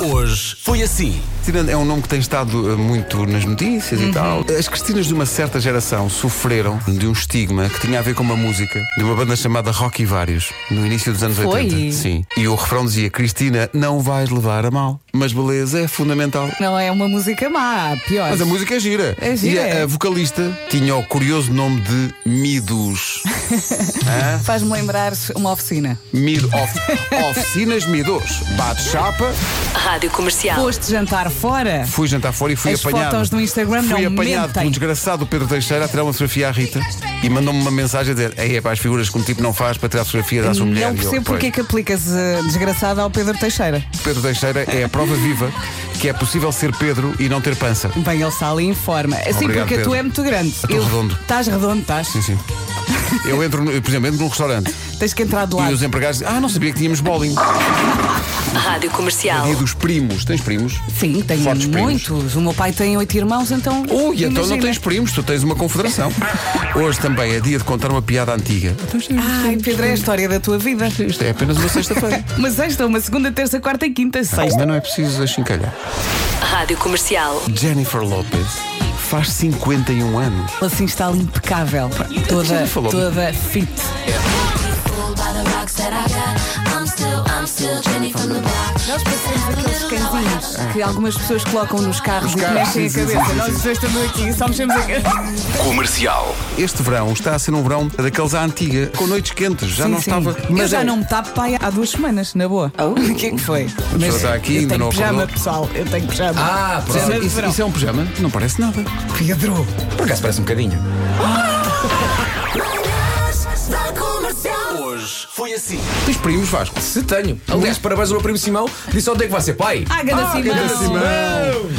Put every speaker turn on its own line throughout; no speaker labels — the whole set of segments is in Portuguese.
Hoje foi assim.
Cristina é um nome que tem estado eh, muito nas notícias
Uhum.
e tal. As Cristinas de uma certa geração sofreram de um estigma que tinha a ver com uma música de uma banda chamada Rock e Vários, no início dos anos
Foi?
80. Sim. E o refrão dizia: Cristina, não vais levar a mal, mas beleza é fundamental.
Não é uma música má, pior.
Mas a música é gira.
É gira,
E a,
é.
a vocalista tinha o curioso nome de Midus. Hã?
Faz-me lembrar uma oficina.
Mid of- oficinas Midus. Bate chapa.
Rádio Comercial.
Foste jantar fora?
Fui jantar fora e fui
As
apanhado.
fotos no Instagram
fui
não
apanhado
mentem.
por um desgraçado Pedro Teixeira a tirar uma fotografia à Rita e mandou-me uma mensagem a dizer: Ei, é para as figuras que um tipo não faz para tirar fotografias à sua mulher. E
Não
eu,
percebo
"Pois."
porque é que aplicas eh, desgraçada ao Pedro Teixeira.
Pedro Teixeira é a prova viva que é possível ser Pedro e não ter pança.
Bem, ele está ali em forma. Assim,
Obrigado,
porque a tu
Pedro.
é muito grande.
Eu tô redondo.
Estás redondo, estás.
Sim, sim. Eu entro, no- por exemplo, entro num restaurante
Tens que entrar de
e
lado.
os empregados dizem: Ah, não sabia que tínhamos bowling.
Rádio Comercial.
Dia dos primos. Tens primos?
Sim, tenho
Fortes
muitos. O meu pai tem oito irmãos, então.
Ui, então não
imagina.
tens primos, tu tens uma confederação. Hoje também é dia de contar uma piada antiga.
Ai, Pedro, é a história da tua vida.
Isto é apenas uma sexta-feira.
Uma sexta, uma segunda, terça, quarta e quinta, sexta.
Ainda não é preciso achincalhar.
Rádio Comercial.
Jennifer Lopez faz 51 anos.
Ela assim está ali impecável.
já
Toda,
me falou.
toda fit. Nós passamos aqueles cãezinhos que algumas pessoas colocam nos carros e que
Ah. carros,
mexem
sim,
a
sim,
cabeça.
sim, sim,
Nós
sim.
os dois estamos aqui, só mexemos a cabeça.
Comercial.
Este verão está a ser um verão daqueles à antiga, com noites quentes. Já
Sim,
não
sim.
estava.
eu já
é-
não me tapo pai há duas semanas, na boa. O que é que foi? Mas
está aqui,
eu
ainda
tenho
não
pijama,
acordou.
pessoal. Eu tenho pijama.
Ah,
Isso,
pronto.
é- isso- isso é um pijama? Não parece nada.
Pedro.
Por acaso parece um bocadinho.
Hoje foi assim.
Tens primos, Vasco.
Se tenho. Aliás, parabéns ao meu primo Simão. Disse ontem que vai ser pai.
Ah, ganda
Pedro
Simão.
Simão.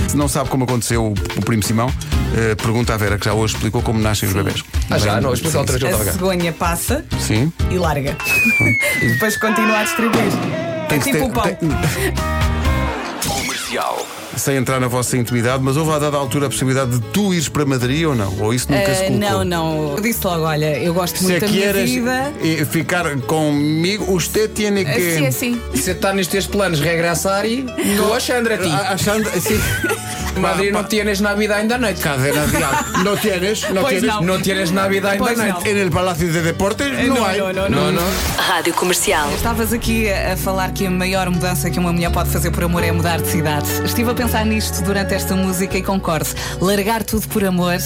Se não sabe como aconteceu o, o primo Simão, eh, pergunta à Vera, que já hoje explicou como nascem os bebés.
Ah, já, não, explica outra
Então,
vez que eu
tá
A
estava cá.
cegonha passa
Sim.
e larga. e depois continua a distribuir.
Tem
é
que
tipo o
ter-
pão.
tem- Sem entrar na vossa intimidade, mas houve a dada altura a possibilidade de tu ires para Madrid ou não? Ou isso nunca se
Ah,
colocou?
não, não. Eu disse logo, olha, eu gosto
Se
muito da
aqui
minha
eras
vida.
eh, ficar comigo, usted tiene que.
Assim, assim.
Se está nestes planos regressar e. Tu, Alexandre, a ti.
Ah,
A- Achando assim.
Madrid não tienes Navidad ainda noite.
Cadena de al- No tienes, no
Pois
tienes.
não.
Não tienes Navidad ainda
Pois Eh,
noite.
En el Palacio de Deportes no, hay.
não, não, não.
Não, não.
Rádio Comercial.
Estavas aqui a a falar que a maior mudança que uma mulher pode fazer por amor é mudar de cidade. Estive a pensar nisto durante esta música e concordo. Largar tudo por amor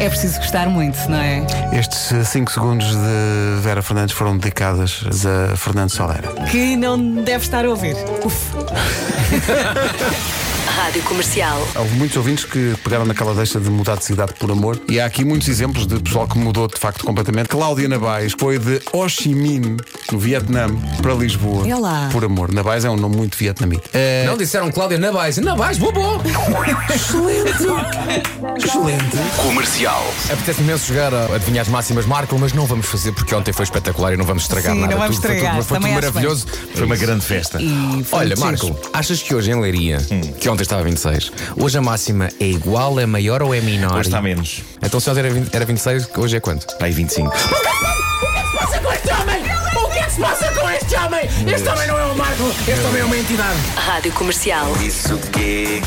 é preciso gostar muito, não é?
Estes 5 segundos de Vera Fernandes foram dedicadas a Fernando Solera.
Que não deve estar a ouvir. Uf.
Rádio Comercial.
Houve muitos ouvintes que pegaram naquela deixa de mudar de cidade por amor. E há aqui muitos exemplos de pessoal que mudou de facto completamente. Cláudia Nabais foi de Ho Chi Minh, no Vietnã, para Lisboa.
É lá.
Por amor. Nabais é um nome muito vietnamita. Eh,
Não disseram Cláudia Nabais. Nabais, vou bom.
Excelente.
Apetece imenso jogar a adivinhar as máximas Marco, mas não vamos fazer porque ontem foi espetacular e não vamos estragar
Sim,
nada.
não vamos
Tudo- foi tudo-
estragar,
mas foi tudo,
também acho
maravilhoso.
É
Foi uma grande festa.
E foi
Olha,
muito
Marco,
giro.
achas que hoje em Leiria,
Hum.
que ontem estava 26, hoje a máxima é igual, é maior ou é menor?
Hoje está menos.
Então se ontem era, 20, era 26, hoje é quanto?
Está aí 25.
Rádio Comercial.
Isso que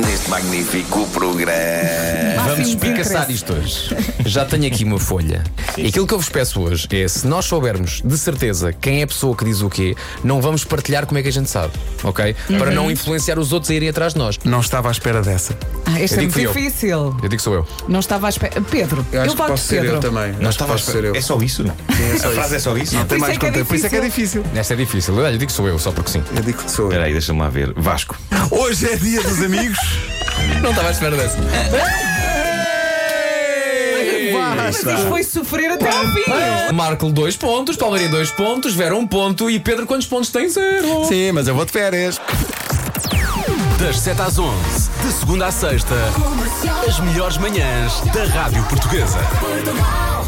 é. neste magnífico programa.
Eh, Vamos
Máximo de
espicaçar
interesse.
isto hoje. Já tenho aqui uma folha. E aquilo que eu vos peço hoje é: se nós soubermos de certeza quem é a pessoa que diz o quê, não vamos partilhar como é que a gente sabe, ok?
Uhum.
Para não influenciar os outros a irem atrás de nós.
Não estava à espera dessa.
Ah, este
Eu
é muito
digo fui eu.
difícil.
Eu digo que sou eu.
Não estava à espera. Pedro, eu, voto Pedro.
também.
Não estava a esperar. É só isso? Não. a frase é só isso?
Tem
Por
mais
isso é que é
conteúdo. Por isso é que é difícil.
Esta é difícil. Olha, eu digo que sou eu, só porque sim.
Eu digo que sou eu.
Espera aí, deixa-me lá ver. Vasco.
Hoje é dia dos amigos.
Não estava à espera dessa.
Mas isto foi sofrer até ao fim.
Marco, dois pontos, Palmeirinho, dois pontos, Vera, um ponto e Pedro, quantos pontos tem? Zero.
Sim, mas eu vou de férias.
Das 7 às 11, de segunda à sexta, as melhores manhãs da Rádio Portuguesa.
Portugal.